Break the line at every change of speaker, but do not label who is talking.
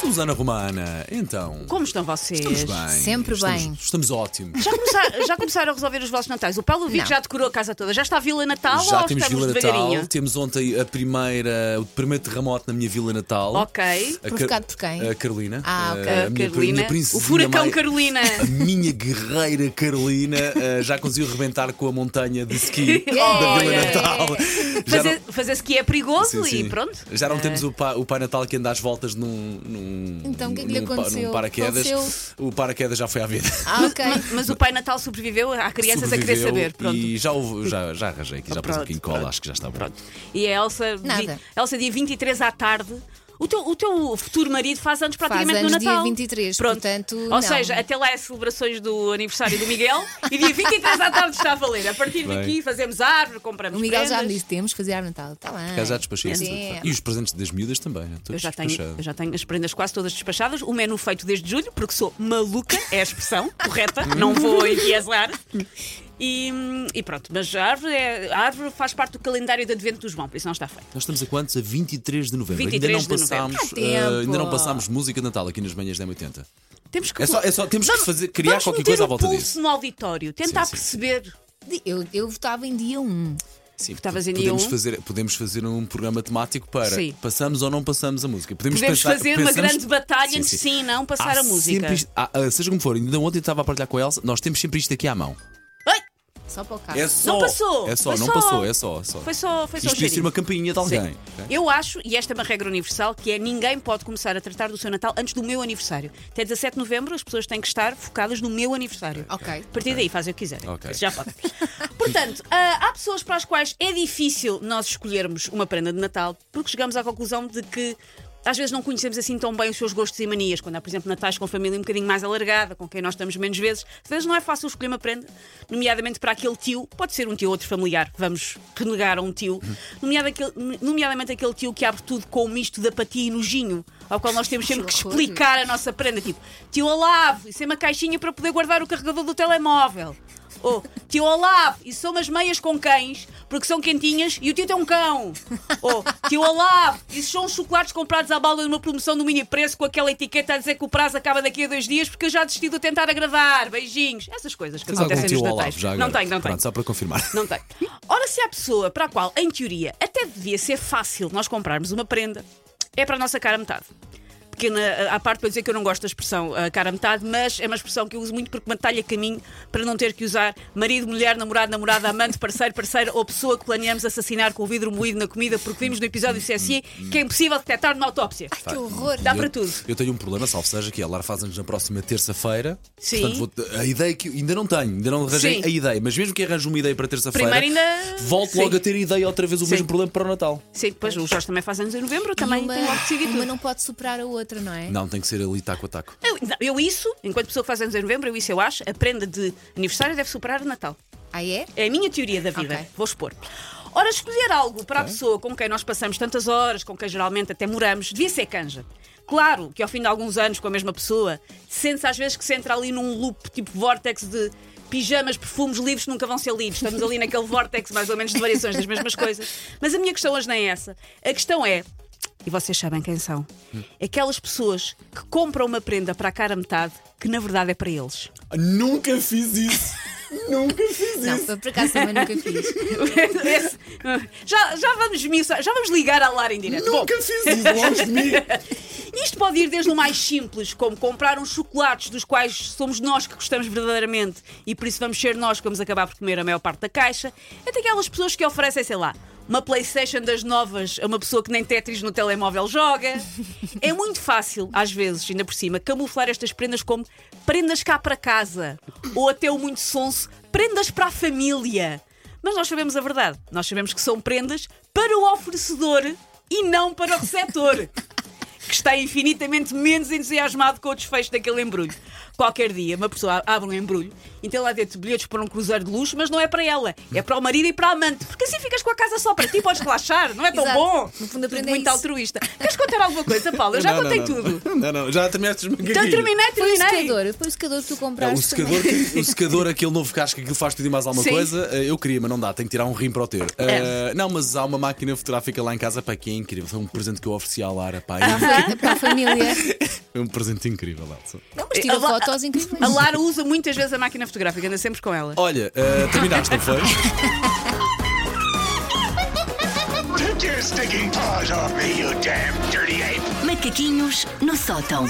Susana Romana, então.
Como estão vocês?
Estamos bem.
Sempre
estamos,
bem.
Estamos ótimos.
Já, começar- já começaram a resolver os vossos natais? O Paulo Vitor
Não.
já decorou a casa toda. Já está a Vila Natal
Já
ou
temos
estamos
Vila
devagarinho?
Natal, tipo, temos ontem a primeira, o primeiro terremoto na minha Vila Natal.
Ok.
A Car-
Provocado por quem?
A Carolina. Eh,
Ah, ok.
A,
A
minha,
Carolina.
minha princesinha
O furacão
mai-
Carolina.
A minha guerreira Carolina eh, já conseguiu rebentar com a montanha de ski
é
da Vila
Olha.
Natal. Já não-
Fazer, fazer que é perigoso
Sim, sim.
e pronto.
Já
Ah.
não temos o, pa- o Pai Natal que anda às voltas num. num
Então, o que é que
num
lhe
pa-
aconteceu?
Num paraquedas.
Faleceu?
O paraquedas já foi à vida.
Ah, ok.
Mas o Pai Natal sobreviveu, há crianças a querer
Sobreviveu
saber. Pronto.
E já, houve- já, já arranjei aqui, já pus um
Pronto,
bocadinho de cola, acho que já está bom.
E a Elsa,
Nada.
vi- Elsa dia 23 à tarde. O teu, o teu futuro marido faz anos praticamente
anos
no
dia
Natal.
23, portanto,
Ou
não.
seja, até lá é celebrações do aniversário do Miguel e dia 23 à tarde está a valer. A partir
Bem.
daqui fazemos árvore, compramos
O Miguel já me
prendas.
disse: temos que fazer a Natal. Está bem.
Já despachei isso
Sim.
tudo. E os presentes das miúdas também. estou
É. Eu já, tenho,
despachado.
eu já tenho as prendas quase todas despachadas, o menu feito desde julho, porque sou maluca, é a expressão correta, não vou enviesar. E, hum, e pronto, mas a árvore, é- a árvore faz parte do calendário de advento do João, por isso não está feito.
Nós estamos a quantos? A 23 de novembro.
23
ainda, não
de novembro.
passámos,
Há tempo.
eh, ainda não passámos música de Natal aqui nas manhãs da M80.
Temos que
É só- é só- temos que fazer- criar
vamos
qualquer
meter
coisa à
o
volta
pulso
disso.
no auditório, tentar
Sim, sim.
perceber.
Eu, eu votava em dia 1.
Sim,
Estavas em
podemos,
dia um.
fazer, podemos fazer um programa temático para
Sim.
passamos ou não passamos a música. Podemos,
Podemos
pensar-
fazer uma
pensamos-
grande batalha entre sim e não passar
Há
a música.
sempre isto- há- ah, seja como for, ainda ontem estava a partilhar com a Elsa, nós temos sempre isto aqui à mão.
Ai,
Só para o carro.
É só,
passou,
É só,
foi
não
só.
passou, é só. é só.
foi só, foi
Isto
só um
devia ser
cheirinho.
uma campainha de alguém.
Sim. Eu acho, e esta é uma regra universal, que é ninguém pode começar a tratar do seu Natal antes do meu aniversário. Até 17 de novembro as pessoas têm que estar focadas no meu aniversário.
Ok.
A partir daí fazem o que quiserem.
Ok.
Isso Já podem. Portanto, ah, há pessoas para as quais é difícil nós escolhermos uma prenda de Natal porque chegamos à conclusão de que. Às vezes não conhecemos assim tão bem os seus gostos e manias. Quando há, por exemplo, natais com família um bocadinho mais alargada, com quem nós estamos menos vezes, às vezes não é fácil escolher uma prenda, nomeadamente para aquele tio, pode ser um tio ou outro familiar, vamos renegar a um tio,
Uhum.
nomeado aquele- nomeadamente aquele tio que abre tudo com um misto de apatia e nojinho, ao qual nós temos sempre que
Que horror.
explicar buscar a nossa prenda. Tipo, tio Olavo, isso é uma caixinha para poder guardar o carregador do telemóvel. Ou, tio Olavo, isso são umas meias com cães, porque são quentinhas e o tio tem um cão. Ou, tio Olavo, isso são os chocolates comprados à balda numa promoção do mini preço com aquela etiqueta a dizer que o prazo acaba daqui a dois dias porque eu já desisti de o tentar agradar. Beijinhos. Essas coisas que
Tens algum
acontecem nos
tio ao
natais.
lado já
não
agora?
tenho, não tenho.
Pronto, só para confirmar.
Não tem. Ora, se há pessoa para a qual, em teoria, até devia ser fácil nós comprarmos uma prenda, é para a nossa cara metade. Pequena eh, à parte para dizer que eu não gosto da expressão eh, cara metade, mas é uma expressão que eu uso muito porque me talha caminho para não ter que usar marido, mulher, namorado, namorada, amante, parceiro, parceira ou pessoa que planeamos assassinar com o vidro moído na comida porque vimos no episódio do CSI que é impossível detectar numa autópsia.
Que horror.
Dá
Eu-
para tudo.
Eu tenho um problema, salvo seja, que a Lara faz anos na próxima terça-feira.
Sim.
Portanto, vou- a ideia que. Ainda não tenho, ainda não arranjei
Sim.
a ideia, mas mesmo que arranje uma ideia para terça-feira,
Primeiro ainda-
volto
Sim.
logo a ter ideia outra vez o
Sim.
mesmo problema para o Natal.
Sim, depois o Jorge também faz anos em novembro, eu
E
também
uma,
tenho logo decidido
uma
tudo.
não pode superar a outra, não é?
Não, tem que ser ali taco a taco.
Eu, não, eu isso, enquanto pessoa que faz anos em novembro, eu isso eu acho, a prenda de aniversário deve superar o Natal.
Ah, é?
É a minha teoria da vida.
Ok.
Vou expor. Ora, escolher algo para a pessoa com quem nós passamos tantas horas, com quem geralmente até moramos, devia ser canja. Claro que ao fim de alguns anos com a mesma pessoa, sente-se às vezes que se entra ali num loop tipo vórtex de pijamas, perfumes, livros que nunca vão ser lidos. Estamos ali naquele vórtex mais ou menos de variações das mesmas coisas. Mas a minha questão hoje não é essa. A questão é, e vocês sabem quem são, aquelas pessoas que compram uma prenda para a cara metade que na verdade é para eles.
Nunca fiz isso! Nunca fiz
Não, eu por acaso também nunca fiz.
Esse- já, já vamos miuçar- já vamos ligar à Lara em direto.
fiz isso, longe de mim!
Isto pode ir desde o mais simples, como comprar uns chocolates dos quais somos nós que gostamos verdadeiramente e por isso vamos ser nós que vamos acabar por comer a maior parte da caixa, até aquelas pessoas que oferecem, sei lá, uma Playstation das novas a uma pessoa que nem Tetris no telemóvel joga. É muito fácil, às vezes, ainda por cima, camuflar estas prendas como prendas cá para casa ou até o muito sonso, prendas para a família. Mas nós sabemos a verdade. Nós sabemos que são prendas para o oferecedor e não para o receptor, que está infinitamente menos entusiasmado com o desfecho daquele embrulho. qualquer dia uma pessoa abre um embrulho e tem lá dentro bilhetes para um cruzeiro de luxo, mas não é para ela, é para o marido e para a amante, porque assim ficas com a casa só para ti, podes relaxar, não é tão
Exato.
bom?
No fundo, aprender
Muito
isso.
altruísta. Queres contar alguma coisa, Paula? Eu já
não,
contei
não,
tudo.
não. Não, não, já terminaste os macaquinhos.
Então terminei,
Foi o
terminei.
secador, foi É o secador que tu
Não,
compraste.
o, secador,
também.
o secador, aquele novo casco, aquilo faz tudo e mais alguma
Sim.
coisa. eh, Eu queria, mas não dá, tenho que tirar um rim para o ter.
É.
Eh, não, mas há uma máquina fotográfica lá em casa para que é incrível. Foi um presente que eu ofereci à Lara. Pá, é
Foi Para a família.
um- é um presente incrível, Elsa.
Não, mas tira
A La-
fotos incríveis.
A Lara usa muitas vezes a máquina fotográfica, anda sempre com ela.
Olha, eh, terminaste, não foi?
Take your stinking paws off me, you damn dirty ape!
Macaquinhos no sótão.